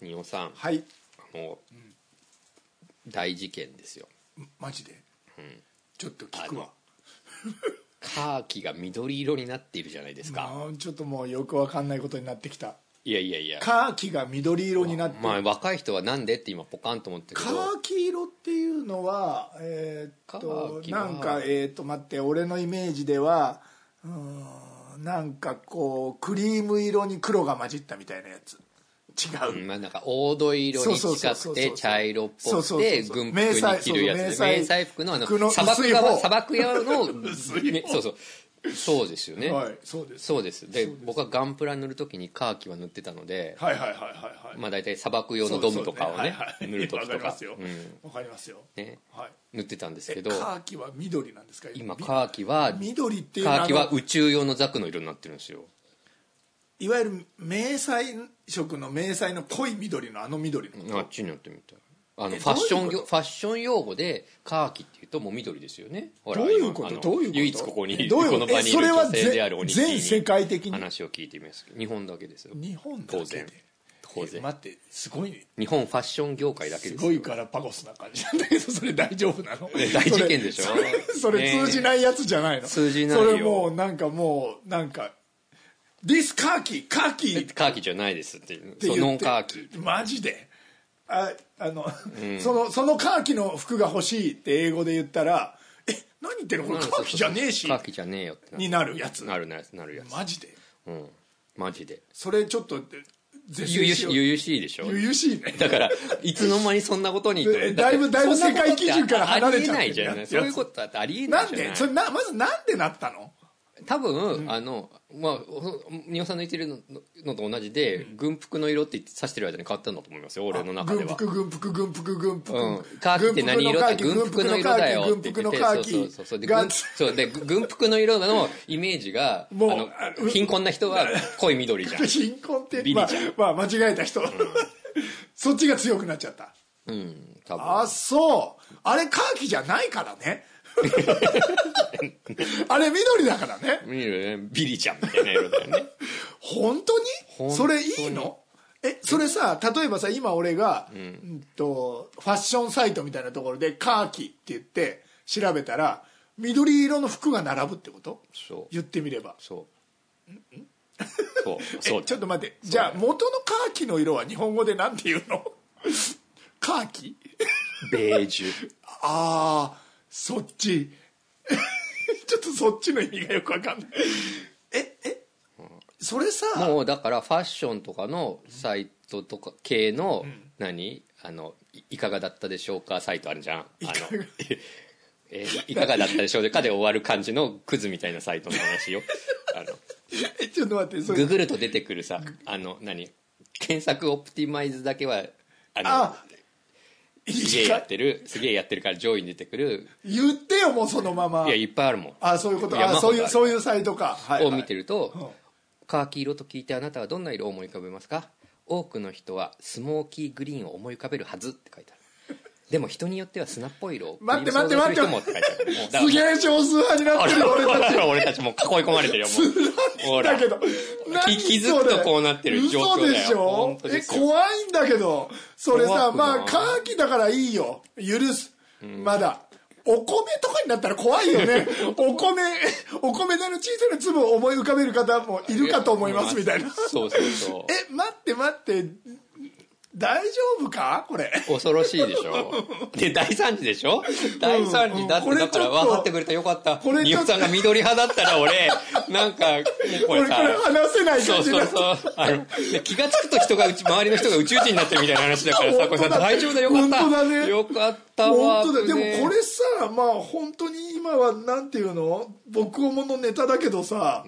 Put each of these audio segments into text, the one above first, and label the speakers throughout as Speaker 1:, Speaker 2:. Speaker 1: 仁王さん
Speaker 2: はい
Speaker 1: あの、大事件ですよ
Speaker 2: マジで、ちょっと聞くわ
Speaker 1: カーキが緑色になっているじゃないですか、
Speaker 2: あーちょっともうよくわかんないことになってきた
Speaker 1: いやいやいや
Speaker 2: カーキが緑色になって
Speaker 1: まあ若い人はなんでって今ポカンと思ってる
Speaker 2: カ
Speaker 1: けど
Speaker 2: ーキ色っていうのはえーっ
Speaker 1: カー
Speaker 2: と
Speaker 1: キは
Speaker 2: なんかえーっと待って俺のイメージではうーんなんかこうクリーム色に黒が混じったみたいなやつ違う、
Speaker 1: まあなんか黄土色に近
Speaker 2: そ
Speaker 1: く
Speaker 2: うそうそうそうそ
Speaker 1: て
Speaker 2: う
Speaker 1: 茶色っ
Speaker 2: そ
Speaker 1: ぽ
Speaker 2: うそ
Speaker 1: く
Speaker 2: うそ
Speaker 1: て
Speaker 2: うそう
Speaker 1: 軍服に着るや
Speaker 2: 迷彩
Speaker 1: つ
Speaker 2: そう
Speaker 1: で
Speaker 2: 迷彩
Speaker 1: 迷彩服のあの
Speaker 2: 服の薄い
Speaker 1: 砂
Speaker 2: 方
Speaker 1: 漠側砂漠側のねそうそうそうですよね、
Speaker 2: はいそうです
Speaker 1: そうですで僕はガンプラ塗るときにカーキは塗ってたので、
Speaker 2: はいはいはいはいはい
Speaker 1: まあ大体砂漠用のドムとかをね
Speaker 2: そうそう
Speaker 1: 塗る時
Speaker 2: は
Speaker 1: と
Speaker 2: いはいわかりま
Speaker 1: か
Speaker 2: すよ
Speaker 1: うん
Speaker 2: わかりますよ
Speaker 1: ね
Speaker 2: はい
Speaker 1: 塗ってたんです
Speaker 2: え
Speaker 1: けど
Speaker 2: カーキは緑なんですか
Speaker 1: 今
Speaker 2: み
Speaker 1: カーキは
Speaker 2: 緑っていう
Speaker 1: カ
Speaker 2: のは
Speaker 1: ーキは
Speaker 2: あの
Speaker 1: 宇宙用のザクの色になってるんですよ
Speaker 2: いわゆる迷彩色の迷彩の濃い緑のあの緑の
Speaker 1: あっちになってみたいあの
Speaker 2: え
Speaker 1: ファッション
Speaker 2: どういう
Speaker 1: 業ファッション用語でカーキっていうともう緑ですよねほら
Speaker 2: どういうこ
Speaker 1: 今
Speaker 2: と
Speaker 1: あの
Speaker 2: どういうこと
Speaker 1: 唯一ここに
Speaker 2: どういう
Speaker 1: この場にいる
Speaker 2: えそれは
Speaker 1: 女性である鬼
Speaker 2: 全全世界的に
Speaker 1: 話を聞いてみます日本だけですよ
Speaker 2: 日本だけ
Speaker 1: 当
Speaker 2: で
Speaker 1: 然当然
Speaker 2: え待ってすごいね
Speaker 1: 日本ファッション業界だけ
Speaker 2: す
Speaker 1: です
Speaker 2: ご
Speaker 1: よ
Speaker 2: いガラパゴスな感じなんだけどそれ大丈夫なの
Speaker 1: ね大事件でしょ
Speaker 2: それそれ
Speaker 1: ね
Speaker 2: それ通じないやつじゃないの
Speaker 1: 通じないよ
Speaker 2: それもうなんかもうなんか「This カーキーカーキー」っ
Speaker 1: カーキじゃないですっていう
Speaker 2: て
Speaker 1: そうノ
Speaker 2: 言っ
Speaker 1: ン
Speaker 2: て
Speaker 1: カーキ
Speaker 2: マジでああの、そのそのカーキの服が欲しいって英語で言ったら「え何言ってるのこれカーキじゃねえし
Speaker 1: カーキじゃねえよって」
Speaker 2: になるやつ
Speaker 1: なるなるなるやつ
Speaker 2: マジで
Speaker 1: うんマジで
Speaker 2: それちょっと是
Speaker 1: ゆゆ
Speaker 2: 正し
Speaker 1: し
Speaker 2: よう
Speaker 1: ゆゆしいでしょ
Speaker 2: ゆゆしいね
Speaker 1: だからいつの間にそんなことに
Speaker 2: でだいぶ
Speaker 1: って
Speaker 2: だいぶ世界基準から離れちゃってる
Speaker 1: ありえないじゃないそういうことだってありえな
Speaker 2: ないん
Speaker 1: じゃない
Speaker 2: でそれなまずなんでなったの
Speaker 1: 多分、あのまあ仁尾さんの言ってるののと同じで、軍服の色って指してる間に変わったんだと思いますよ俺の中で
Speaker 2: 軍
Speaker 1: は
Speaker 2: 服軍服軍服軍服、
Speaker 1: うん、カーキって何色って軍服の色だよって
Speaker 2: 軍
Speaker 1: 言
Speaker 2: 服
Speaker 1: っ
Speaker 2: の
Speaker 1: て
Speaker 2: カー
Speaker 1: そうそうそうそう
Speaker 2: キ
Speaker 1: で
Speaker 2: が
Speaker 1: 軍そうで軍服の色のイメージが
Speaker 2: もう
Speaker 1: あの貧困な人は濃い緑じゃん
Speaker 2: 貧困って
Speaker 1: ビリ
Speaker 2: ま
Speaker 1: じ
Speaker 2: あ、まあ、間違えた人、そっちが強くなっちゃった
Speaker 1: うん多分
Speaker 2: あそうあれカーキじゃないから ねあれ緑だからね
Speaker 1: 見るねビリちゃんみたいな色だよね
Speaker 2: 本当に
Speaker 1: 本当に
Speaker 2: それいいのえそれさ例えばさ今俺が、うんとファッションサイトみたいなところで「カーキ」って言って調べたら緑色の服が並ぶってこと
Speaker 1: そう
Speaker 2: 言ってみれば
Speaker 1: そうそうそう
Speaker 2: えちょっと待ってじゃあ元のカーキの色は日本語でなんて言うの カーキ
Speaker 1: ベージュ
Speaker 2: ああそっち ちょっとそっちの意味がよくわかんないええそれさ
Speaker 1: もうだからファッションとかのサイトとか系の何あのいいかがだったでしょうかサイトあるじゃんあの えいかがだったでしょうかで終わる感じのクズみたいなサイトの話 よあの
Speaker 2: え ちょっと待ってそれ
Speaker 1: ググると出てくるさあの何検索オプティマイズだけはあの
Speaker 2: あ
Speaker 1: すげえやってるすげえやってるから上位に出てくる
Speaker 2: 言ってよもうそのまま
Speaker 1: いやいっぱいあるもん
Speaker 2: あそういうこと
Speaker 1: いや
Speaker 2: あ
Speaker 1: まあ
Speaker 2: そうい
Speaker 1: ま
Speaker 2: う
Speaker 1: あ
Speaker 2: そういうサイトか、はい
Speaker 1: を見て
Speaker 2: る
Speaker 1: ると、カーキ色と聞いてあなたはどんな色を思い浮かべますか多くの人はスモーキーグリーンを思い浮かべるはずって書いてあるでも人によっては砂っぽい色を
Speaker 2: 待って
Speaker 1: 想像する人も
Speaker 2: 待っ
Speaker 1: って
Speaker 2: て
Speaker 1: 書いてあるもうだか
Speaker 2: す
Speaker 1: ら
Speaker 2: げえ少数派になってる俺
Speaker 1: ほ
Speaker 2: た
Speaker 1: らほら俺たちもう囲い込まれてるよ もうほ
Speaker 2: ちだ
Speaker 1: ら
Speaker 2: けど何
Speaker 1: 気気づくとこうなってる状況だよ
Speaker 2: 嘘でしょ
Speaker 1: 本当
Speaker 2: え
Speaker 1: ですよ
Speaker 2: 怖いんだけどそれさ
Speaker 1: 怖くない
Speaker 2: まあカーキだからいいよ許す、まだお米とかになったら怖いよ ねお米お米での小さな粒を思い浮かべる方もいるかと思いますみたいな
Speaker 1: そうそうそ
Speaker 2: え待って待って大丈夫かこれ
Speaker 1: う恐ろしいでしょで大惨事でしょ大惨事だって
Speaker 2: これちょ
Speaker 1: だ
Speaker 2: っと
Speaker 1: から分かってくれてよかった
Speaker 2: これち
Speaker 1: 美
Speaker 2: ょっ
Speaker 1: 穂
Speaker 2: と
Speaker 1: さんが緑派だったら俺なんかもうこ
Speaker 2: 俺
Speaker 1: れ
Speaker 2: これ
Speaker 1: さ
Speaker 2: 話せない
Speaker 1: そ
Speaker 2: 感
Speaker 1: う
Speaker 2: じ
Speaker 1: そ
Speaker 2: だ
Speaker 1: うそう。あの、で気がつくと人がうち、周りの人が宇宙人になってるみたいな話だからさ、これさ、
Speaker 2: 本当だ
Speaker 1: 大丈夫だよかった。
Speaker 2: 本当だね
Speaker 1: よかったわ。
Speaker 2: 本当だ
Speaker 1: 危
Speaker 2: でも
Speaker 1: ねえ
Speaker 2: これさまあ本当に今はなんていうの僕オモのネタだけどさ、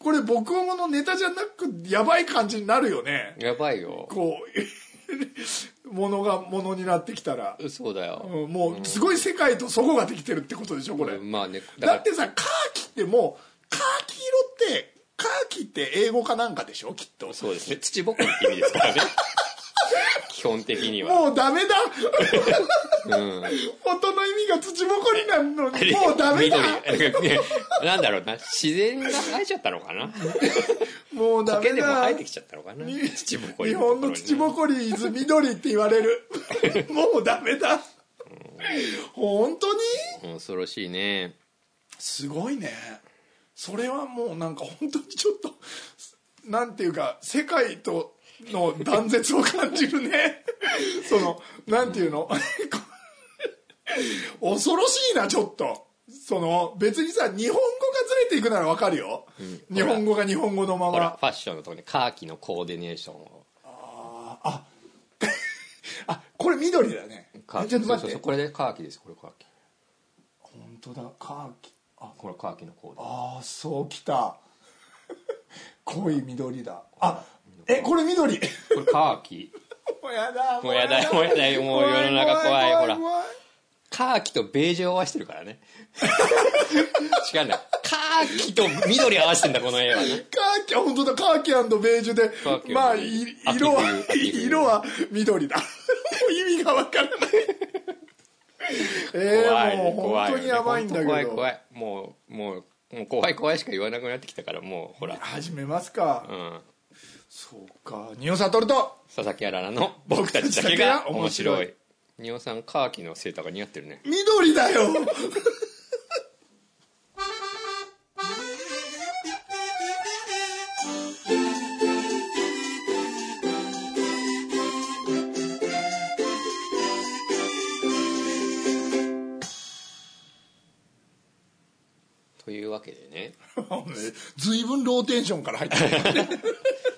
Speaker 2: これ僕オモのネタじゃなくやばい感じになるよね
Speaker 1: やばいよ。
Speaker 2: こう ものがものになってきたら、
Speaker 1: そうだよ。
Speaker 2: うんもうすごい世界とそこができてるってことでしょこれ、
Speaker 1: まあね、だか
Speaker 2: だっ
Speaker 1: ら、
Speaker 2: てさカーキってもうカーキ色ってカーキって英語かなんかでしょきっと
Speaker 1: そうですね。土ぼこりって意味ですからね。基本的には、
Speaker 2: もうダメだ
Speaker 1: うん、
Speaker 2: 音の意味が土ぼこりなのにもうダメだ
Speaker 1: 緑 なんだろうな自然が生えちゃったのかな
Speaker 2: もうダ
Speaker 1: 苔
Speaker 2: メ
Speaker 1: でも生
Speaker 2: だ
Speaker 1: えてきちゃったのかな土ぼこり
Speaker 2: 日本の土ぼこり伊豆緑って言われ るもうダメだ本当に
Speaker 1: り恐ろしいね
Speaker 2: すごいねそれはもうなんか本当にちょっとなんていうか世界との断絶を感じるね そのなんていうの 恐ろしいなちょっとその別にさ日本語がずれていくならわかるよ、日本語が日本語のま
Speaker 1: ほら
Speaker 2: ま
Speaker 1: ファッションのとこにカーキのコーディネーションを
Speaker 2: あこれ緑だね
Speaker 1: カーキ
Speaker 2: ちょっと
Speaker 1: そう
Speaker 2: 待
Speaker 1: そ
Speaker 2: っ
Speaker 1: う
Speaker 2: て
Speaker 1: そうこれでカーキですこれカーキ
Speaker 2: 本当だカーキあ
Speaker 1: これカーキのコーデ
Speaker 2: あーそうきた濃い緑だあえこれ緑
Speaker 1: これカーキ
Speaker 2: もうやだ
Speaker 1: もうやだもうやだよもう世の中怖いほら
Speaker 2: 怖い
Speaker 1: カーキとベージュを合わせてるからね違うんだカーキと緑合わせてんだこの絵はね
Speaker 2: カーキ本当だカーキベージュで
Speaker 1: カーキ
Speaker 2: まあい色は
Speaker 1: 秋冬
Speaker 2: 色は緑だ もう意味がわからないえ
Speaker 1: 怖
Speaker 2: ー、
Speaker 1: い
Speaker 2: も
Speaker 1: ね
Speaker 2: う
Speaker 1: 怖いよ
Speaker 2: 本当に
Speaker 1: ね
Speaker 2: やばいんだけど、
Speaker 1: 本当怖い怖いもうもうもう怖い怖いしか言わなくなってきたからもうほら
Speaker 2: 始めますか、
Speaker 1: うん
Speaker 2: そうか仁尾悟と
Speaker 1: 佐々木あららの僕たちだけが面白い仁王さんカーキのセーターが似合ってるね
Speaker 2: 緑だよ
Speaker 1: というわけでね
Speaker 2: 随分ローテンションから入って る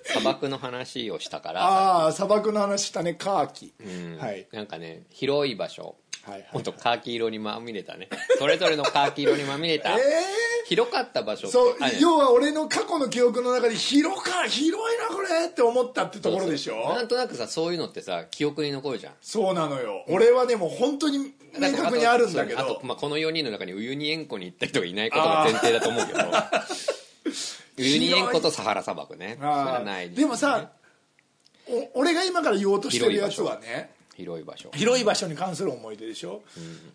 Speaker 1: 砂漠の話をしたから、
Speaker 2: ああ砂漠の話したねカーキ、
Speaker 1: うん
Speaker 2: はい
Speaker 1: なんかね広い場所
Speaker 2: はいはい
Speaker 1: ほんとカーキ色にまみれたねそれぞれのカーキ色にまみれ
Speaker 2: え
Speaker 1: た広かった場所っ
Speaker 2: えー、
Speaker 1: て
Speaker 2: そう
Speaker 1: あね
Speaker 2: 要は俺の過去の記憶の中で広か広いなこれって思ったってところでしょ
Speaker 1: なんとなくさそういうのってさ記憶に残るじゃん
Speaker 2: そうなのよ俺はでも本当に明確にあるんだけ
Speaker 1: あと
Speaker 2: ど
Speaker 1: まあ、この4人の中にウユニ塩湖に行った人がいないことが前提だと思うけ どウユニ塩湖とサハラ砂漠ねそれ
Speaker 2: あ
Speaker 1: は
Speaker 2: ー
Speaker 1: ないすね
Speaker 2: でもさお俺が今から言おうとしてるやつはね
Speaker 1: 広い場所
Speaker 2: 広い場所に関する思い出でしょ、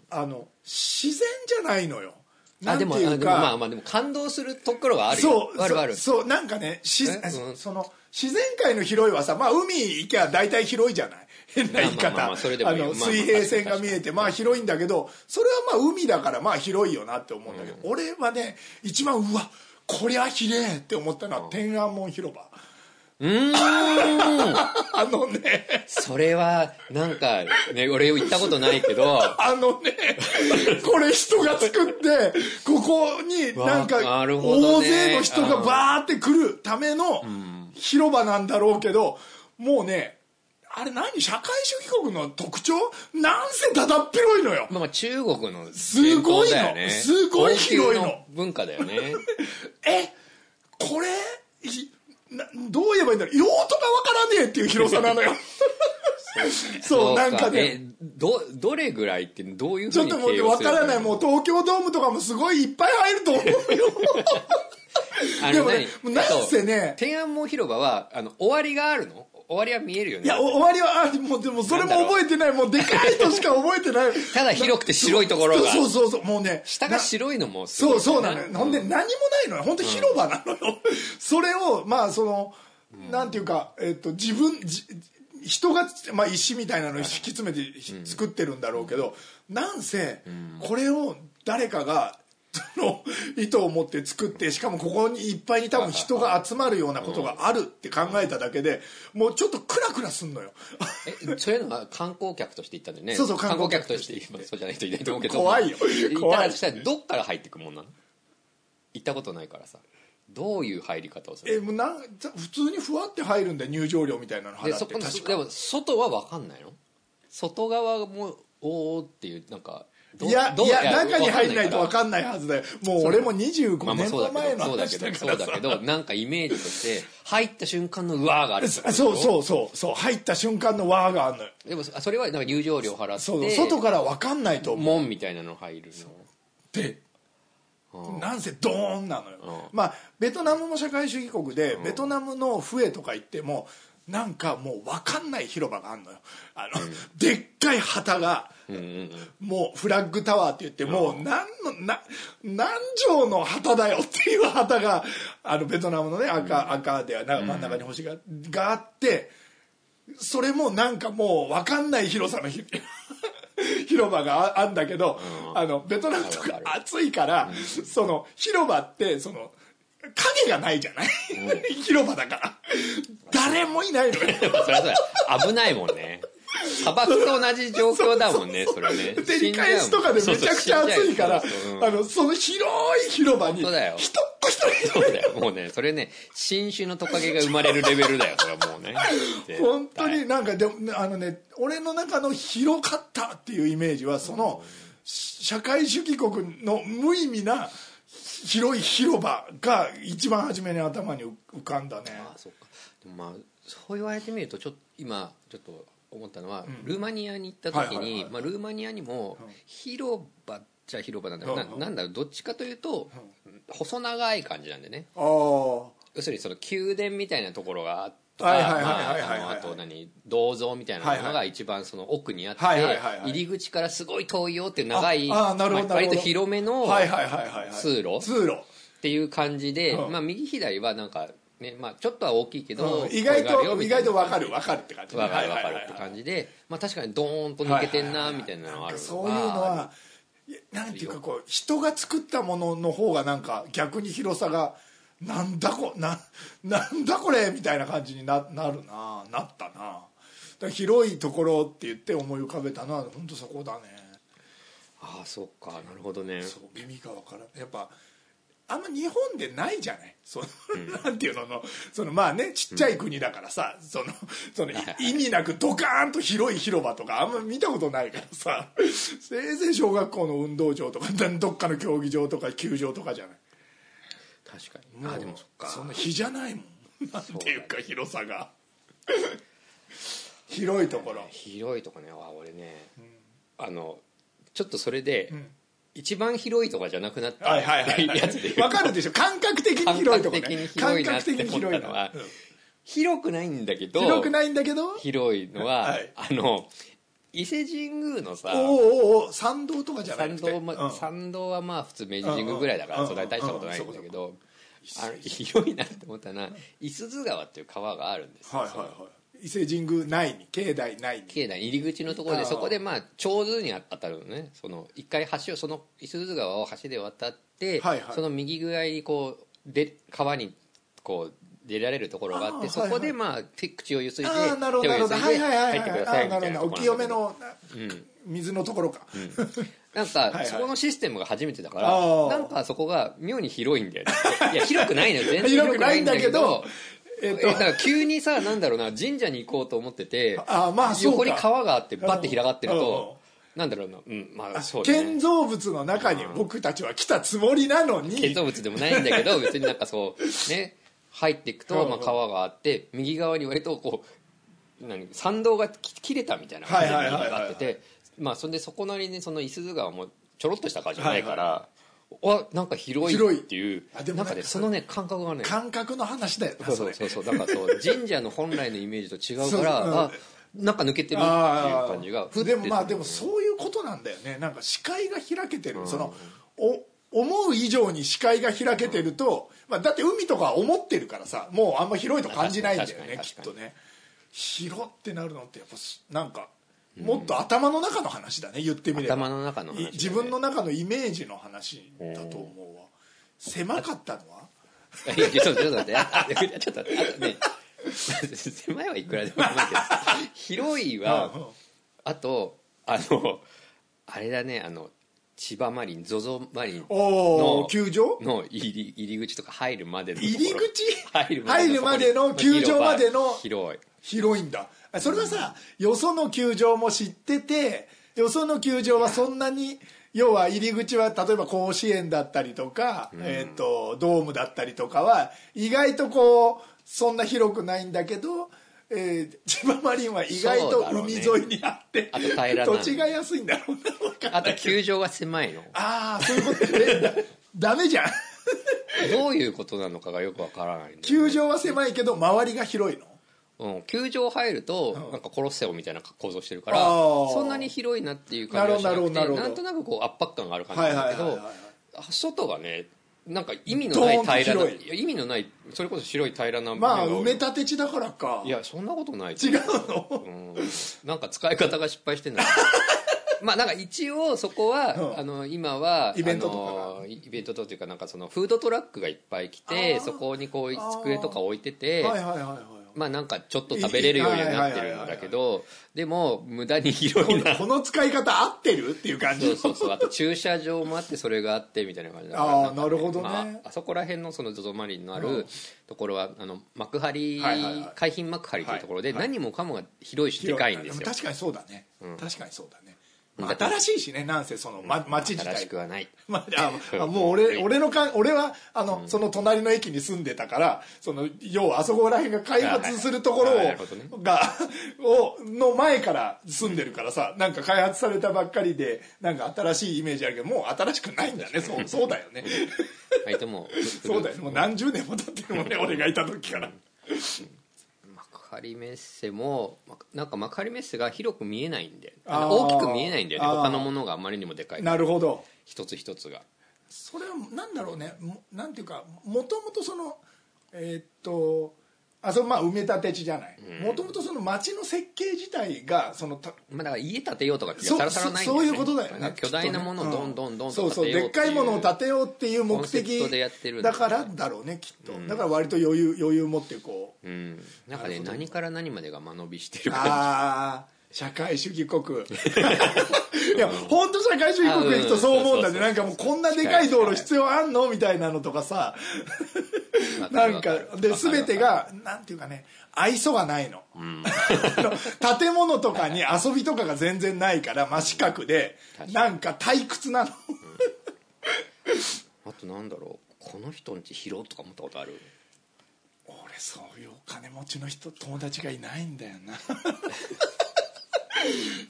Speaker 2: あの自然じゃないのよな
Speaker 1: あ
Speaker 2: んて
Speaker 1: でもあ
Speaker 2: い
Speaker 1: でも
Speaker 2: うか
Speaker 1: まあまあでも感動するところはあるよ
Speaker 2: そう
Speaker 1: あるある
Speaker 2: そうそうなんかねし
Speaker 1: えうん
Speaker 2: その自然界の広いはさ、まあ、海行きゃ大体広いじゃない 変な言い
Speaker 1: まあまあ
Speaker 2: 方
Speaker 1: ま
Speaker 2: あ
Speaker 1: あそれでもいい
Speaker 2: の
Speaker 1: まあまあ
Speaker 2: 水平線が
Speaker 1: 確か
Speaker 2: 見
Speaker 1: に
Speaker 2: えてまあ広いんだけどそれはまあ海だからまあ広いよなって思うんだけど、俺はね一番うわこりゃひれえって思ったのは天安門広場
Speaker 1: うーん
Speaker 2: あのね
Speaker 1: それはなんかね俺行ったことないけど
Speaker 2: あのね、これ人が作って、ここになんか
Speaker 1: わなるほど
Speaker 2: 大
Speaker 1: ね
Speaker 2: 勢の人がバーって来るための広場なんだろうけど、もうね、あれ何社会主義国の特徴なんせだだっ広いのよ。
Speaker 1: まあまあ中国の
Speaker 2: す
Speaker 1: 伝
Speaker 2: ごい
Speaker 1: 統
Speaker 2: の
Speaker 1: だよね
Speaker 2: すごい広いの
Speaker 1: 高級文化だよね
Speaker 2: え、これ、いなどう言えばいいんだろう用途がわからねえっていう広さな のよ。 そう、なんか
Speaker 1: え
Speaker 2: ね。
Speaker 1: どどれぐらいってどういう
Speaker 2: ち
Speaker 1: ふ
Speaker 2: ょ
Speaker 1: う
Speaker 2: っ
Speaker 1: に
Speaker 2: ともうねわからない、もう東京ドームとかもすごいいっぱい入ると思うよ。
Speaker 1: あ
Speaker 2: で
Speaker 1: の
Speaker 2: もね、もうなんせね、
Speaker 1: 天安門広場はあの終わりがあるの終わりは見えるよね
Speaker 2: いや、お終わりは、あもうでもそれも覚えてない、もうでかいとしか覚えてない。
Speaker 1: ただ広くて白いところが
Speaker 2: そうそうそう、もうね。
Speaker 1: 下が白いのもすごい
Speaker 2: そ
Speaker 1: よ
Speaker 2: う
Speaker 1: ね
Speaker 2: そうなのよ。ほんで何もないのよ。本当広場なのよ。 それを、まあその、なんていうか、えっと、自分、じ人が、まあ石みたいなのを引き詰めてひ作ってるんだろうけど、なんせ、これを誰かが、 その糸を持って作ってしかもここにいっぱいに多分人が集まるようなことがあるって考えただけでもうちょっとクラクラすんのよ
Speaker 1: えそういうのは観光客として行ったんだよね
Speaker 2: そうそう
Speaker 1: 観光客
Speaker 2: 観
Speaker 1: と
Speaker 2: 光
Speaker 1: して行けばそうじゃない人いないと思うけど
Speaker 2: 怖いよ
Speaker 1: 行った
Speaker 2: 怖
Speaker 1: ら
Speaker 2: い
Speaker 1: そしたらどっから入ってくもんなの行ったことないからさどういう入り方をする
Speaker 2: えもうなん普通にふわって入るんだよ入場料みたいなの
Speaker 1: で
Speaker 2: 払って
Speaker 1: そこの
Speaker 2: 確か
Speaker 1: でも外は分かんないの外側もおおっていうなんかど
Speaker 2: いや
Speaker 1: ど
Speaker 2: いうや中に入んないと
Speaker 1: わ
Speaker 2: 分かんないはずだよもう俺も25
Speaker 1: まあまあ
Speaker 2: 年
Speaker 1: そうだ
Speaker 2: 前
Speaker 1: けど
Speaker 2: の
Speaker 1: そうだ
Speaker 2: 話
Speaker 1: け
Speaker 2: だ
Speaker 1: ど
Speaker 2: か
Speaker 1: そう
Speaker 2: ら
Speaker 1: だ
Speaker 2: さ
Speaker 1: けどなんかイメージとして入った瞬間のうわーがあるってこと
Speaker 2: そうそうそうそう入った瞬間の輪があるのよ
Speaker 1: でもあそれはなんか入場料払って
Speaker 2: そう外から分かんないと思う
Speaker 1: 門みたいなの入るの
Speaker 2: で
Speaker 1: うん
Speaker 2: なんせドーンなのよまあベトナムも社会主義国でベトナムのフエとか行ってもなんかもう分かんない広場があんのよあの、でっかい旗が、もうフラッグタワーって言って、もう何のな何畳の旗だよっていう旗があのベトナムのね赤,、赤ではな真ん中に星が,、があってそれもなんかもう分かんない広さのひ広場がああんだけど、あのベトナムとか暑いから、その広場ってその影がないじゃない、広場だから誰もいないの よ
Speaker 1: そりゃそうや危ないもんね砂漠と同じ状況だもんねそれね
Speaker 2: 照り返しとかでめちゃくちゃ暑いから
Speaker 1: そうそう死んじゃう
Speaker 2: あのその広い広場に
Speaker 1: そう
Speaker 2: 人っ
Speaker 1: だよ
Speaker 2: 子一人い
Speaker 1: そうだよもうねそれね新種のトカゲが生まれるレベルだよそれはもうね
Speaker 2: ない本当になんかでもあのね俺の中の広かったっていうイメージはその社会主義国の無意味な広い広場が一番初めに頭に浮かんだね
Speaker 1: あそうかでもまあそう言われてみるとちょっと今ちょっと思ったのは、ルーマニアに行った時に、
Speaker 2: はいはいはい
Speaker 1: まあ、ルーマニアにも広場っちゃ広場なんだけど、
Speaker 2: うん
Speaker 1: ななんだろうどっちかというと、細長い感じなんでね
Speaker 2: ああ
Speaker 1: 要するにその宮殿みたいなところがあって。ま
Speaker 2: はいはいはい
Speaker 1: あ
Speaker 2: はいは
Speaker 1: あ
Speaker 2: い
Speaker 1: の
Speaker 2: はい
Speaker 1: あと何銅像みたいなものが一番その奥にあって
Speaker 2: はいはいはいはい
Speaker 1: 入り口からすごい遠いよっていう長い
Speaker 2: ああなるほど
Speaker 1: まあ割と
Speaker 2: なるほど
Speaker 1: 広めの
Speaker 2: はいはいはいはいはい
Speaker 1: 通路
Speaker 2: 通路
Speaker 1: っていう感じで、
Speaker 2: うん
Speaker 1: まあ、右左はなんか、ねまあ、ちょっとは大きいけど、
Speaker 2: うん意外
Speaker 1: これがあるよ
Speaker 2: と
Speaker 1: み
Speaker 2: 意
Speaker 1: たい
Speaker 2: 外
Speaker 1: な
Speaker 2: と分かる分かるって感じね
Speaker 1: わかるわか
Speaker 2: は
Speaker 1: る
Speaker 2: いはいはいはい
Speaker 1: って感じで、まあ、確かにドーンと抜けてんなみたいなのがある
Speaker 2: んかそういうのはいやなんていうかこう人が作ったものの方がなんか逆に広さがなんだこ ななんだこれみたいな感じにななるななったなだから広いところって言って思い浮かべたのは本当そこだね
Speaker 1: ああそうかなるほどね
Speaker 2: そう耳が分からんやっぱあんま日本でないじゃないその、なんていうののそのまあねちっちゃい国だからさ、そのそのい意味なくドカーンと広い広場とかあんま見たことないからさせいぜい小学校の運動場とか どっかの競技場とか球場とかじゃない
Speaker 1: 確かにああでもそっか
Speaker 2: その日じゃないもんなんていうか広さが 広いところ
Speaker 1: 広いとこねあ俺ね、あのちょっとそれで、
Speaker 2: ん
Speaker 1: 一番広いとかじゃなくなった
Speaker 2: はいはいはい、はい、
Speaker 1: やつで言うと
Speaker 2: わかるでしょ感覚的に広いとこね
Speaker 1: 感覚的に広いなって思ったのは
Speaker 2: 感覚的に広いなうん
Speaker 1: 広くないんだけど
Speaker 2: 広くないんだけど
Speaker 1: 広いのは、
Speaker 2: はい
Speaker 1: あの伊勢神宮のさ
Speaker 2: おうおうおう参道とかじゃな
Speaker 1: 参
Speaker 2: くて
Speaker 1: 道,、ま
Speaker 2: うん
Speaker 1: 参道はまあ普通明治神宮ぐらいだから、
Speaker 2: うんうん
Speaker 1: そんなに大したことないんだけど、あの広いなって思ったのは五十鈴川っていう川があるんですよ、
Speaker 2: はいはいはい伊勢神宮内に境内内に
Speaker 1: 綺麗な入り口のところ
Speaker 2: あ
Speaker 1: で
Speaker 2: あ
Speaker 1: そこでまあ長寿に当たるのねその一回橋をその五十鈴川を橋で渡って、
Speaker 2: はいはい
Speaker 1: その右ぐらいにこうで川にこう出られるところがあって
Speaker 2: ああ
Speaker 1: そこ
Speaker 2: はいは
Speaker 1: で
Speaker 2: い
Speaker 1: まあ手口をゆすいで
Speaker 2: ああなるほどなるほど
Speaker 1: 手を
Speaker 2: は
Speaker 1: ゆすい
Speaker 2: い
Speaker 1: で
Speaker 2: はいはい
Speaker 1: 入っ
Speaker 2: は
Speaker 1: てく
Speaker 2: い
Speaker 1: ださ
Speaker 2: ああ
Speaker 1: いみ
Speaker 2: な
Speaker 1: たい
Speaker 2: る
Speaker 1: な
Speaker 2: ほどお
Speaker 1: とこ
Speaker 2: 清
Speaker 1: なんだ
Speaker 2: め
Speaker 1: けど
Speaker 2: のな水のところか、
Speaker 1: なん
Speaker 2: いは
Speaker 1: か
Speaker 2: い
Speaker 1: そこのシステムが初めてだから、
Speaker 2: あー
Speaker 1: なんかそこが妙に広いんだよね いや広くないのよ全然広
Speaker 2: 広く
Speaker 1: く
Speaker 2: な
Speaker 1: ないい
Speaker 2: ん
Speaker 1: ん
Speaker 2: だ
Speaker 1: だ
Speaker 2: け
Speaker 1: け
Speaker 2: ど
Speaker 1: どえだから急にさなんだろうな神社に行こうと思ってて
Speaker 2: あーまあそうか
Speaker 1: 横に川があってバッて開がってると
Speaker 2: う
Speaker 1: なんだろうなうんまあそうだね
Speaker 2: 建造物の中に僕たちは来たつもりなの
Speaker 1: 建
Speaker 2: に
Speaker 1: 造物でもないんだけ ど別になんかそうね入っていく
Speaker 2: うんう
Speaker 1: と、
Speaker 2: ん
Speaker 1: まあ、川があって右側に割とこう何参道がき切れたみたいな
Speaker 2: は
Speaker 1: 感
Speaker 2: い
Speaker 1: じ
Speaker 2: はいはいはい
Speaker 1: があっててまあそんでそこなりにその五十鈴川もちょろっとした川じゃないから、
Speaker 2: は
Speaker 1: わなんか広
Speaker 2: 広
Speaker 1: い
Speaker 2: い
Speaker 1: っていう
Speaker 2: あでも
Speaker 1: な
Speaker 2: な
Speaker 1: んか
Speaker 2: んか
Speaker 1: ねそのね感覚がね
Speaker 2: 感覚の話だよな
Speaker 1: そうそ
Speaker 2: そ
Speaker 1: う
Speaker 2: れ
Speaker 1: そうそうだから そう神社の本来のイメージと違うから
Speaker 2: そうそう
Speaker 1: あなんか抜けてるっていう
Speaker 2: ああ
Speaker 1: 感じがふって
Speaker 2: でもまあでもそういうことなんだよねなんか視界が開けてる、そのお思う以上に視界が開けてると、まあ、だって海とかは思ってるからさもうあんま広いと感じないんだよ
Speaker 1: 確か
Speaker 2: ね
Speaker 1: に
Speaker 2: き
Speaker 1: 確
Speaker 2: っ
Speaker 1: か
Speaker 2: と
Speaker 1: に
Speaker 2: ね広ってなるのってやっぱすなんかもっと頭の中の話だね言ってみれば
Speaker 1: 頭の中の話だね
Speaker 2: い自分の中のイメージの話だと思うわ狭かったのはい
Speaker 1: や ちょっとちょっと待ってああちょっと待ってあとね 狭いはいくらでも狭いけど広いは
Speaker 2: うんうん
Speaker 1: あとあのあれだねあの千葉マリン ZOZO マリン
Speaker 2: おお
Speaker 1: の
Speaker 2: 球場
Speaker 1: の入り入り口とか入るまでのとこ
Speaker 2: 入
Speaker 1: ろ
Speaker 2: り口
Speaker 1: 入る
Speaker 2: 入るまでの
Speaker 1: ところ
Speaker 2: 球場までの
Speaker 1: 広い
Speaker 2: 広いんだあそれはさ、よその球場も知っててよその球場はそんなに要は入り口は例えば甲子園だったりとか、えー、とドームだったりとかは意外とこうそんな広くないんだけど、えー千葉マリンは意外
Speaker 1: そう
Speaker 2: と
Speaker 1: だろう
Speaker 2: 海
Speaker 1: ね
Speaker 2: 沿いにあって、
Speaker 1: あと平らな
Speaker 2: 土地が安いんだろうなわかんない
Speaker 1: あと球場が狭いの
Speaker 2: ああそういうことねだダメじゃん
Speaker 1: どういうことなのかがよくわからないんだよね
Speaker 2: 球場は狭いけど周りが広いの
Speaker 1: うん、球場入ると、なんかコロッセオみたいな構造してるから
Speaker 2: あー
Speaker 1: そんなに広いなっていう感じはしな
Speaker 2: なる
Speaker 1: く
Speaker 2: ほどなる
Speaker 1: て
Speaker 2: ほど
Speaker 1: なんとなくこう圧迫感がある感じ
Speaker 2: はい
Speaker 1: なんだ
Speaker 2: はい
Speaker 1: け
Speaker 2: はい
Speaker 1: ど
Speaker 2: はい
Speaker 1: あ外がねなんか意味のない
Speaker 2: ドーンと
Speaker 1: 平らな
Speaker 2: 広い
Speaker 1: いや意味のないそれこそ白い平らな面
Speaker 2: ま
Speaker 1: が
Speaker 2: あ
Speaker 1: 多い
Speaker 2: 埋め立て地だからか
Speaker 1: いやそんなことない
Speaker 2: 違うの
Speaker 1: うんなんか使い方が失敗 してんだまあなんか一応そこは、
Speaker 2: うん
Speaker 1: あの今は
Speaker 2: イベントとかが
Speaker 1: あのイベントというかなんかそのフードトラックがいっぱい来て
Speaker 2: あー
Speaker 1: そこにこう机とか置いてて、
Speaker 2: はいはいはいはい
Speaker 1: まあなんかちょっと食べれるようにはなってるんだけどでも無駄に広いな
Speaker 2: この使い方合ってるっていう感じ
Speaker 1: そうそうそうあと駐車場もあってそれがあってみたいな感じだから
Speaker 2: あー
Speaker 1: んか
Speaker 2: なるほどね
Speaker 1: あ、あそこら辺のその ZOZO マリンのあ
Speaker 2: う
Speaker 1: る
Speaker 2: ん
Speaker 1: ところはあの幕張、
Speaker 2: はいはいはい
Speaker 1: 海浜幕張というところで、何もかもが広いしでかいんですよ
Speaker 2: 確かにそうだね、
Speaker 1: ん
Speaker 2: 確かにそうだね、
Speaker 1: うん
Speaker 2: まあ新しいしねなんせその、ま、町自
Speaker 1: 新し
Speaker 2: 体
Speaker 1: くはない
Speaker 2: ま あ、あもう俺俺のか俺はあの、その隣の駅に住んでたからその要はあそこら辺が開発するところを、
Speaker 1: あはいはいあなるほどね
Speaker 2: が をの前から住んでるからさなんか開発されたばっかりでなんか新しいイメージあるけどもう新しくないんだねそうそうだよね
Speaker 1: はいと も
Speaker 2: そうだよねもう何十年も経ってるもんね俺がいた時から
Speaker 1: 幕張メッセもまなんか幕張メッセが広く見えないんであ
Speaker 2: あー
Speaker 1: の大きく見えないんだよね
Speaker 2: あー
Speaker 1: 他のものがあまりにもでかい
Speaker 2: なるほど
Speaker 1: 一つ一つが
Speaker 2: それはなんだろうねもなんていうかもともとそのえーっとあそれまあ埋め立て地じゃないもともとその町の設計自体がそのた
Speaker 1: まあ、だから家建てようとかって
Speaker 2: そ
Speaker 1: さ
Speaker 2: う
Speaker 1: らさらないん
Speaker 2: そういうことだよ
Speaker 1: なん
Speaker 2: ね
Speaker 1: か巨大なものをどんどんどんど
Speaker 2: そうん
Speaker 1: 建
Speaker 2: そう
Speaker 1: てようっ
Speaker 2: でって
Speaker 1: い
Speaker 2: か
Speaker 1: う
Speaker 2: いものを建てようっていう目
Speaker 1: コンセプ
Speaker 2: 的
Speaker 1: トでやってるんだ
Speaker 2: だからだろうねきっとだから割と余裕余裕持ってこう
Speaker 1: うんなんかね何から何までが間延びしてる感
Speaker 2: ああ社会主 義国いや本当社会主義国行くとそう思うんだね
Speaker 1: うん
Speaker 2: なんかもうこんなでかい道路必要あんのみたいなのとかさ
Speaker 1: じわ
Speaker 2: なんか
Speaker 1: わる
Speaker 2: で全てがなんていうかね愛想がないのあの 建物とかに遊びとかが全然ないから真四角で
Speaker 1: 確
Speaker 2: なんか退屈なの
Speaker 1: あとなんだろうこの人んち拾おうとか思ったことある
Speaker 2: 俺そういうお金持ちの人友達がいないんだよ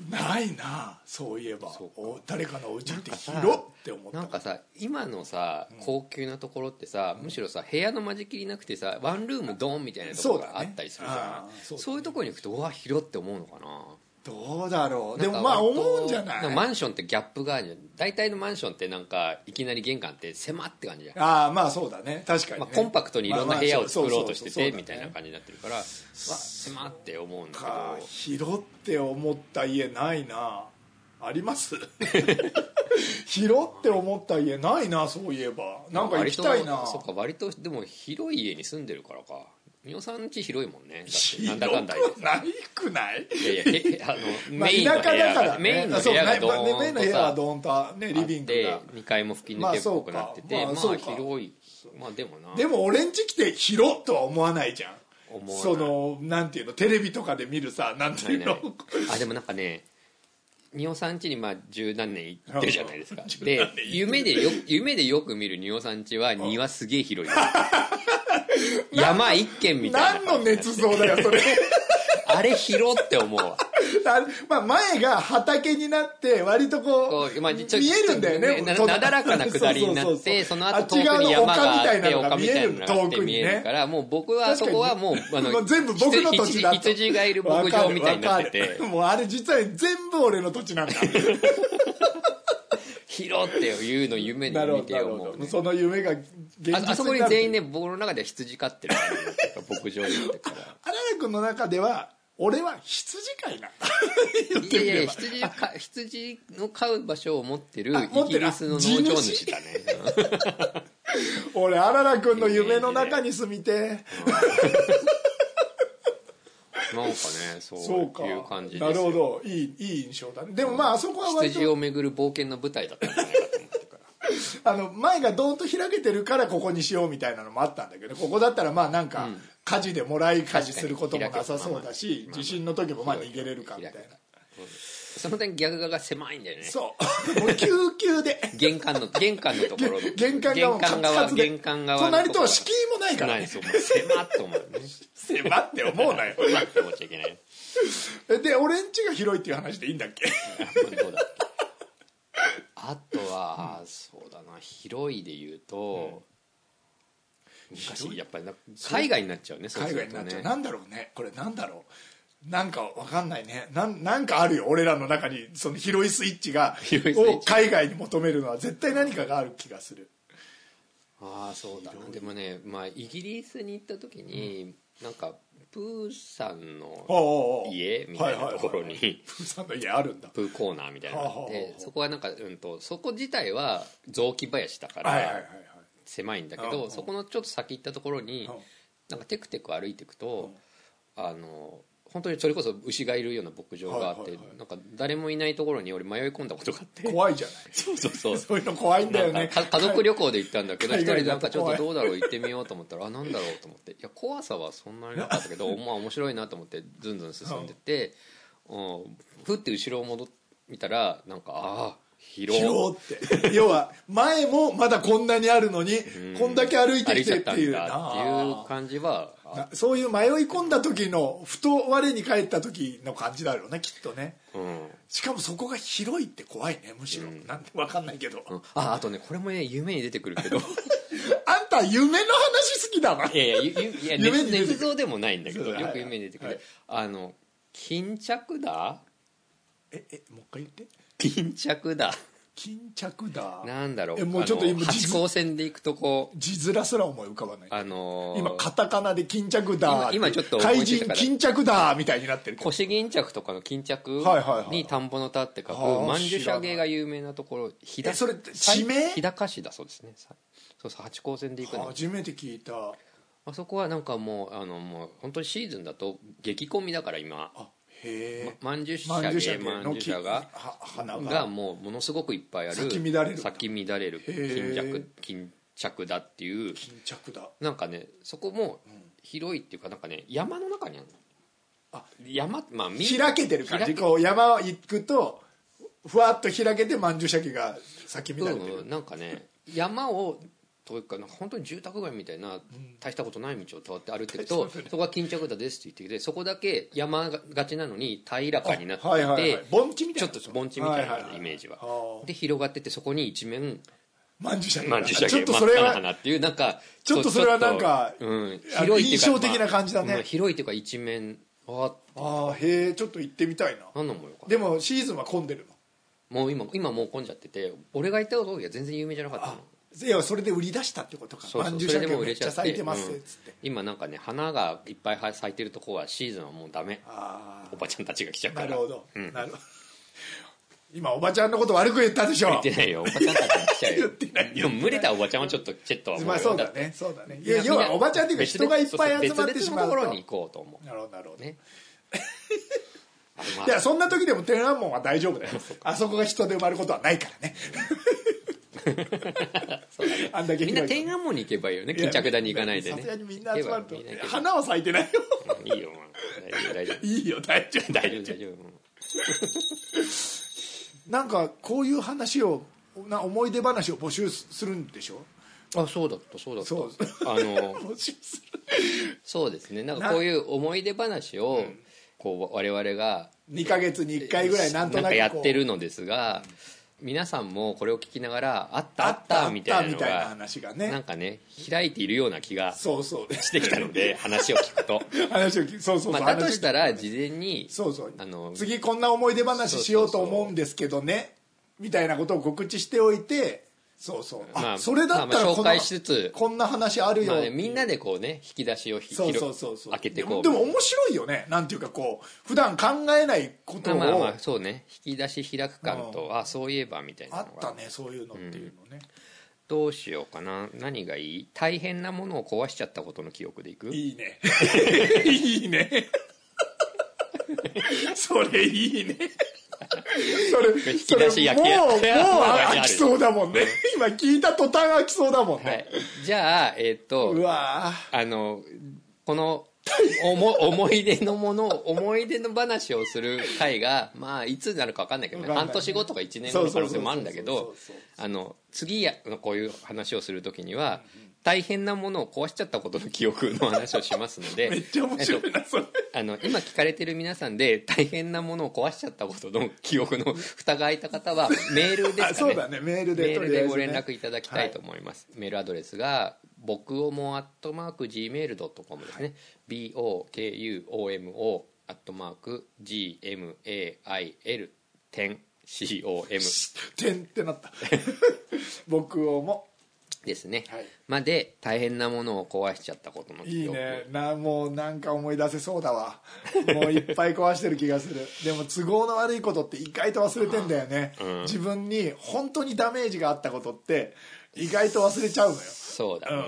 Speaker 2: な ないなそういえばお誰かのお家って広っって思っ
Speaker 1: なん
Speaker 2: た
Speaker 1: かさ今のさ高級なところってさ、むしろさ部屋の間仕切りなくてさワンルームドンみたいなところ
Speaker 2: そう
Speaker 1: が
Speaker 2: だ
Speaker 1: あ
Speaker 2: ね
Speaker 1: ったりするじゃん
Speaker 2: あー
Speaker 1: そ,、
Speaker 2: そううだね
Speaker 1: いうところに行くとうわ広って思うのかな
Speaker 2: どうだろうで
Speaker 1: な
Speaker 2: も
Speaker 1: ん
Speaker 2: ま
Speaker 1: か
Speaker 2: あ
Speaker 1: 割と
Speaker 2: 思うんじゃない
Speaker 1: んかマンションってギャップがあるじゃん大体のマンションってなんかいきなり玄関って狭って感じじゃん、
Speaker 2: ああまあそうだね確かにね、
Speaker 1: まあ、コンパクトにいろんな部屋を作ろうとしててみたいな
Speaker 2: 感
Speaker 1: 感じになってるからうわ狭って思うんだけど
Speaker 2: か拾って思った家ないなあります 拾って思った家ないなそういえばなんか行きたいな
Speaker 1: 割とそっか割とでも広い家に住んでるからか美濃さんの家広いもんねだってな
Speaker 2: 広
Speaker 1: ん
Speaker 2: く
Speaker 1: だかんだ言って
Speaker 2: ないくない
Speaker 1: いやいや へ、あの、
Speaker 2: まあ
Speaker 1: メインの部屋が、
Speaker 2: ね
Speaker 1: メインの部屋
Speaker 2: あ
Speaker 1: が
Speaker 2: そう
Speaker 1: ドーンとさ、
Speaker 2: メインの部屋はドーンとねリビング
Speaker 1: あ
Speaker 2: が
Speaker 1: って二階も吹き抜けっぽくなってて、
Speaker 2: ま
Speaker 1: ま
Speaker 2: あ
Speaker 1: あ、
Speaker 2: そうかまあそうか
Speaker 1: 広い。まあでもな。
Speaker 2: でも俺ん家来て広っとは思わないじゃん
Speaker 1: 思わない
Speaker 2: そのなんていうのテレビとかで見るさなんて
Speaker 1: ないいうな
Speaker 2: の、
Speaker 1: いあ、でもなんかね、仁王さん家にまあ十何年行ってるじゃないです か。で、夢でよ、夢でよく見る仁王さん家は庭すげえ 広いの。山一軒みたい
Speaker 2: 何
Speaker 1: な。
Speaker 2: の捏造だよそ れ
Speaker 1: あれ広って思うわ。
Speaker 2: あまあ前が畑になって割とこ
Speaker 1: こ
Speaker 2: う
Speaker 1: うまあ、ちょ
Speaker 2: 見えるんだよね
Speaker 1: な
Speaker 2: その
Speaker 1: なだらかな下りになって
Speaker 2: そうそうそう
Speaker 1: その後
Speaker 2: あ
Speaker 1: 遠
Speaker 2: っち側
Speaker 1: く
Speaker 2: の
Speaker 1: に山があって
Speaker 2: 丘みたいなのが
Speaker 1: 丘みたいなのがあっ
Speaker 2: 見える遠
Speaker 1: て
Speaker 2: くに
Speaker 1: 見
Speaker 2: ね
Speaker 1: えるからもう僕はそこはもうあ
Speaker 2: もう全部僕の土地だと
Speaker 1: 羊羊がいる牧場みたいになって
Speaker 2: わかる
Speaker 1: て
Speaker 2: もうあれ実は全部俺の土地なんだ
Speaker 1: 広っていうのを夢に
Speaker 2: なるほ
Speaker 1: 見
Speaker 2: ど
Speaker 1: て
Speaker 2: なる
Speaker 1: 思
Speaker 2: ほ
Speaker 1: う
Speaker 2: ど
Speaker 1: ね
Speaker 2: その夢が現実にな
Speaker 1: あ
Speaker 2: る
Speaker 1: あそこに全員ね僕の中では羊飼ってる感じだったから牧場になってる から
Speaker 2: 荒田君の中では俺は羊飼いな 言っ
Speaker 1: い
Speaker 2: て
Speaker 1: や
Speaker 2: み
Speaker 1: いや
Speaker 2: れ
Speaker 1: 羊を
Speaker 2: ば
Speaker 1: 飼う羊の飼う場所を持ってる
Speaker 2: あ持
Speaker 1: イ
Speaker 2: って
Speaker 1: ギ
Speaker 2: る
Speaker 1: リスの農場主だね
Speaker 2: 俺荒田君の夢の中に住みて
Speaker 1: うんなんかねそう
Speaker 2: そうか
Speaker 1: いう感じですよ
Speaker 2: なるほどいいいい印象だねでもまああそこは割
Speaker 1: 羊
Speaker 2: と
Speaker 1: をめぐる冒険の舞台だったんじゃないかと思ってるから
Speaker 2: あの前がドーンと開けてるからここにしようみたいなのもあったんだけどここだったらまあなんか火事でもらい火事することもなさそうだし
Speaker 1: 確かに開けたまま
Speaker 2: 地震の時もまあ逃げれるかみたいな
Speaker 1: 開けその点逆側が狭いんだよね
Speaker 2: そうもう救 急で
Speaker 1: 玄関の玄関のところの
Speaker 2: 玄関側も
Speaker 1: 玄
Speaker 2: カツ
Speaker 1: 関
Speaker 2: カ
Speaker 1: 側
Speaker 2: ツで
Speaker 1: 玄関側の
Speaker 2: 隣
Speaker 1: ことろ
Speaker 2: は敷居もないから
Speaker 1: ないで
Speaker 2: ね
Speaker 1: すよもう狭っと思うね
Speaker 2: 狭って思うなよ
Speaker 1: 狭っと思っちゃいけ ない
Speaker 2: で俺ん家が広いっていう話でいいんだっけ
Speaker 1: どうだっけあとは、そうだな広いで言うと、昔やっぱりな海外になっちゃうねそう
Speaker 2: 海
Speaker 1: する
Speaker 2: 外に
Speaker 1: と
Speaker 2: なっちゃう、
Speaker 1: ね
Speaker 2: なんだろうねこれなんだろうなんかわかんないねなんなんかあるよ俺らの中にその広いスイッチが
Speaker 1: 拾いスイッチ
Speaker 2: を海外に求めるのは絶対何かがある気がする
Speaker 1: ああそうだなでもね、まあ、イギリスに行った時に、なんかプーさん
Speaker 2: おう
Speaker 1: の
Speaker 2: おうおう
Speaker 1: 家みたいなところ
Speaker 2: はいはいはい
Speaker 1: に
Speaker 2: プーさんの家あるんだ
Speaker 1: プーコーナーみたいなのがあっ
Speaker 2: はあはあは
Speaker 1: て
Speaker 2: あ
Speaker 1: そこはなんか、うん、とそこ自体は雑木林だか
Speaker 2: はいはいはい
Speaker 1: ら
Speaker 2: はい
Speaker 1: 狭いんだけ
Speaker 2: うんう
Speaker 1: ど
Speaker 2: ん
Speaker 1: そこのちょっと先行ったところに
Speaker 2: うん
Speaker 1: なんかテクテク歩いていくとあの本当にそれこそ牛がいるような牧場があっ
Speaker 2: はい
Speaker 1: て
Speaker 2: はいはい
Speaker 1: なんか誰もいないところに俺迷い込んだことがあって
Speaker 2: 怖いじゃない
Speaker 1: そう そうそう
Speaker 2: そういうの怖いんだよ
Speaker 1: な
Speaker 2: ね
Speaker 1: んかか家族旅行で行ったんだけど一
Speaker 2: 海
Speaker 1: 人
Speaker 2: 外だ
Speaker 1: なん
Speaker 2: と
Speaker 1: かちょっとどうだろう行ってみようと思ったらあなんだろうと思っていや怖さはそんなになかったけどまあ面白いなと思ってずんずん進んでって、うん、ふって後ろを戻ってみたらなんかああ広
Speaker 2: 拾おうって要は前もまだこんなにあるのにこんだけ歩いて
Speaker 1: 歩
Speaker 2: き
Speaker 1: いち
Speaker 2: て
Speaker 1: ゃ
Speaker 2: っ
Speaker 1: ってたんだって
Speaker 2: いう
Speaker 1: いう感じはあ
Speaker 2: なそういう迷い込んだ時のふと我に返った時の感じだろうねきっとね
Speaker 1: うん
Speaker 2: しかもそこが広いって怖いねむしろ、なんてわかんないけど、
Speaker 1: うんああとねこれもね夢に出てくるけど
Speaker 2: あんた夢の話好きだない
Speaker 1: やいやゆゆいやね
Speaker 2: 夢に出てく
Speaker 1: 捏
Speaker 2: る
Speaker 1: 造でもないんだけ
Speaker 2: そ
Speaker 1: ど
Speaker 2: うだ
Speaker 1: よく夢に出てくる、
Speaker 2: はい
Speaker 1: あの巾着だ
Speaker 2: ええもう一回言って
Speaker 1: 巾着だ
Speaker 2: 巾着だ
Speaker 1: なんだろう
Speaker 2: えもうちょっと
Speaker 1: あの
Speaker 2: 今
Speaker 1: 八高線で行くとこう
Speaker 2: 字面すら思い浮かばない
Speaker 1: あのー
Speaker 2: 今カタカナで巾着だ
Speaker 1: 今今ちょっと思い
Speaker 2: 怪
Speaker 1: ついたか
Speaker 2: 人
Speaker 1: ら
Speaker 2: 巾着だみたいになってるけど
Speaker 1: 腰巾着とかの巾着
Speaker 2: はいはいはい
Speaker 1: に田んぼの田って書く
Speaker 2: はあ
Speaker 1: まんじゅしゃ芸が有名なところ日
Speaker 2: えそれって地名
Speaker 1: 日高市だそうですねさそうそう八高線で行くの
Speaker 2: 初めて聞いた
Speaker 1: あそこはなんかもうあのもう本当にシーズンだと激混みだから今
Speaker 2: あへえ
Speaker 1: まんじゅし
Speaker 2: ま
Speaker 1: ゃ
Speaker 2: んじゅうし
Speaker 1: 芸
Speaker 2: ゃ
Speaker 1: ま
Speaker 2: 芸
Speaker 1: ん
Speaker 2: の
Speaker 1: じゅ
Speaker 2: 木
Speaker 1: しゃが
Speaker 2: は花
Speaker 1: が
Speaker 2: が
Speaker 1: もうものすごくいっぱいある
Speaker 2: 咲き乱れる
Speaker 1: 咲き乱れる
Speaker 2: へえ
Speaker 1: 巾着巾着だっていう
Speaker 2: 巾着だ
Speaker 1: なんかねそこも広いっていうかなんかね山の中にあるの
Speaker 2: あ
Speaker 1: 山まあみんな
Speaker 2: 開けてる感
Speaker 1: 開
Speaker 2: じ
Speaker 1: け
Speaker 2: こう山を行くとふわっと開けてまんじゅうしゃけが咲き乱れて
Speaker 1: う
Speaker 2: る
Speaker 1: ん、なんかね山をというかなんか本当に住宅街みたいな大したことない道を通って歩いてると、そこが巾着だですって言ってきてそこだけ山がちなのに平らかになっていて、
Speaker 2: はいはいはい盆地みた
Speaker 1: ちょ
Speaker 2: い
Speaker 1: っ
Speaker 2: な
Speaker 1: と盆地みたい
Speaker 2: はいは
Speaker 1: ない
Speaker 2: はい
Speaker 1: イメージは,、
Speaker 2: あー
Speaker 1: で広がっててそこに一面
Speaker 2: まんじゅうしゃけ
Speaker 1: まんじゅうしゃ
Speaker 2: ちょっ
Speaker 1: げ
Speaker 2: と
Speaker 1: 真っ
Speaker 2: それ
Speaker 1: 赤な
Speaker 2: は
Speaker 1: 花っていうなんか
Speaker 2: ちょっとそれはなんか
Speaker 1: ちょっとうん、
Speaker 2: あ
Speaker 1: 広いっていうか
Speaker 2: 印象的な感じだね
Speaker 1: まあうん広いっていうか一面あ
Speaker 2: ああへえちょっと行ってみたいな
Speaker 1: 何のもよかった
Speaker 2: でもシーズンは混んでる
Speaker 1: もう今今もう混んじゃってて俺が行った時は全然有名じゃなかったの
Speaker 2: のいやそれで売り出したってことか
Speaker 1: そう
Speaker 2: ま
Speaker 1: そ
Speaker 2: ん
Speaker 1: う
Speaker 2: じゅう
Speaker 1: そ
Speaker 2: し
Speaker 1: れ
Speaker 2: ゃ
Speaker 1: で
Speaker 2: け
Speaker 1: もう売
Speaker 2: め
Speaker 1: れ
Speaker 2: っ
Speaker 1: ち
Speaker 2: ち
Speaker 1: ゃ
Speaker 2: ゃ
Speaker 1: って
Speaker 2: 咲いてます
Speaker 1: う
Speaker 2: っ
Speaker 1: ん
Speaker 2: つって
Speaker 1: 今なんかね花がいっぱいは咲いてるとこはシーズンはもうダメ
Speaker 2: あ
Speaker 1: おばちゃんたちが来ちゃう
Speaker 2: あ
Speaker 1: か
Speaker 2: な
Speaker 1: ら
Speaker 2: るほど
Speaker 1: うん、
Speaker 2: なるほど今おばちゃんのこと悪く言ったでしょ
Speaker 1: 言ってないよおばちゃんたちが来ちゃうよ
Speaker 2: 言ってない
Speaker 1: でも無理だおばちゃんはちょっとチェットはも
Speaker 2: まあそうだねそうだねいや要はおばちゃんっていうか人がいっぱい集まってしまう
Speaker 1: と
Speaker 2: と
Speaker 1: ころに行こうと思
Speaker 2: なるほどなるほど
Speaker 1: うねあまあ
Speaker 2: いやそんな時でも天安門は大丈夫だよあそこが人で埋まることはないからねあんだけ
Speaker 1: みんな
Speaker 2: 広い
Speaker 1: 天安門に行けばいいよね
Speaker 2: いや
Speaker 1: 巾着田に行かないでね
Speaker 2: さすがにみんな集まると
Speaker 1: 行けばみんな行けば
Speaker 2: 花は咲いてないよ
Speaker 1: うんいいよまあ大丈夫
Speaker 2: いいよ大丈夫
Speaker 1: 大丈夫大丈夫大丈夫うん
Speaker 2: なんかこういう話をな思い出話を募集するんでしょ
Speaker 1: あそうだったそうだった
Speaker 2: そう
Speaker 1: あの
Speaker 2: 募集する
Speaker 1: そうですねなんかこういう思い出話をこう我々が
Speaker 2: 2か月に1回ぐらいなんとなく
Speaker 1: か
Speaker 2: こう
Speaker 1: やってるのですが皆さんもこれを聞きながらあったあ
Speaker 2: あ
Speaker 1: っ
Speaker 2: ったた
Speaker 1: みたいなの
Speaker 2: みたいな
Speaker 1: が
Speaker 2: 話が
Speaker 1: な
Speaker 2: ね
Speaker 1: んかね開いているような気が
Speaker 2: そうそう
Speaker 1: してきたの で話を聞くと
Speaker 2: 話を聞そうそうそう
Speaker 1: まあだとしたら事前に
Speaker 2: そうそう
Speaker 1: あの
Speaker 2: 次こんな思い出話しようと思うんですけどねみたいなことを告知しておいてそうそうあ、
Speaker 1: まあ
Speaker 2: それだったら
Speaker 1: まあまあ
Speaker 2: こんな
Speaker 1: 紹介しつつ
Speaker 2: こんな話あるよ、
Speaker 1: まあねみんなでこうね引き出しをひ
Speaker 2: そうそうそうそう
Speaker 1: 開けてこう
Speaker 2: でもでも面白いよねなんていうかこう普段考えないこと
Speaker 1: まあ
Speaker 2: を、
Speaker 1: まあま
Speaker 2: あ
Speaker 1: あそうね引き出し開く感とあそういえばみたいなの
Speaker 2: った
Speaker 1: が
Speaker 2: ねそういうのっていうのね、
Speaker 1: どうしようかな何がいい大変なものを壊しちゃったことの記憶でいく
Speaker 2: いいね いいね それいいねそれ
Speaker 1: 引き
Speaker 2: それ
Speaker 1: 出し焼け
Speaker 2: もうもう
Speaker 1: いやまあ
Speaker 2: 飽きそうだもんね今聞いた途端飽きそうだもんね、
Speaker 1: はい、じゃあえっ、と
Speaker 2: うわ
Speaker 1: あの、この、おも 思い出のものを、思い出の話をする回が、まあ、いつになるか分かんないけどね、
Speaker 2: わかんな
Speaker 1: 半
Speaker 2: い
Speaker 1: 年後とか1年後の可能性もあるんだけ
Speaker 2: そうそ
Speaker 1: ど
Speaker 2: うそうそうそうそう、
Speaker 1: あの、次や、こういう話をするときには、大変なものを壊しちゃったことの記憶の話をしますので
Speaker 2: めっちゃ面白いなそれ
Speaker 1: あの今聞かれてる皆さんで大変なものを壊しちゃったことの記憶の蓋が開いた方はメールですか
Speaker 2: あ
Speaker 1: ね
Speaker 2: そうだねメールで
Speaker 1: メー
Speaker 2: と
Speaker 1: ル
Speaker 2: りあえ
Speaker 1: で
Speaker 2: ずね
Speaker 1: ご連絡いただきたいと思います、メールアドレスが僕をもアットマーク Gmail.com ですね、BOKUOMO アットマーク GMAIL.com
Speaker 2: てんってなった僕をも
Speaker 1: ですね、
Speaker 2: はい
Speaker 1: まで大変なものを壊しちゃったことの
Speaker 2: い
Speaker 1: 記
Speaker 2: い
Speaker 1: 憶
Speaker 2: ねなもうなんか思い出せそうだわもういっぱい壊してる気がするでも都合の悪いことって意外と忘れてんだよね、
Speaker 1: うん
Speaker 2: 自分に本当にダメージがあったことって意外と忘れちゃうのよ、
Speaker 1: そうだ、
Speaker 2: う
Speaker 1: ね
Speaker 2: ん、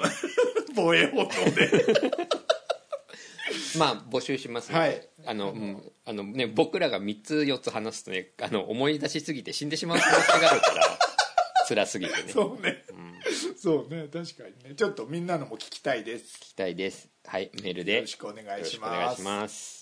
Speaker 2: 防衛法とで
Speaker 1: まあ募集しますので、
Speaker 2: はい
Speaker 1: あの、うんあのね、僕らが3つ4つ話すとねあの思い出しすぎて死んでしまう可能性があるから辛すぎてね聞
Speaker 2: そうね、そうね確かにねちょっとみんなのも聞きたいです
Speaker 1: きたいですはいメールで
Speaker 2: よろしくお願いし
Speaker 1: よろ
Speaker 2: ま
Speaker 1: しくお願いし
Speaker 2: す
Speaker 1: ます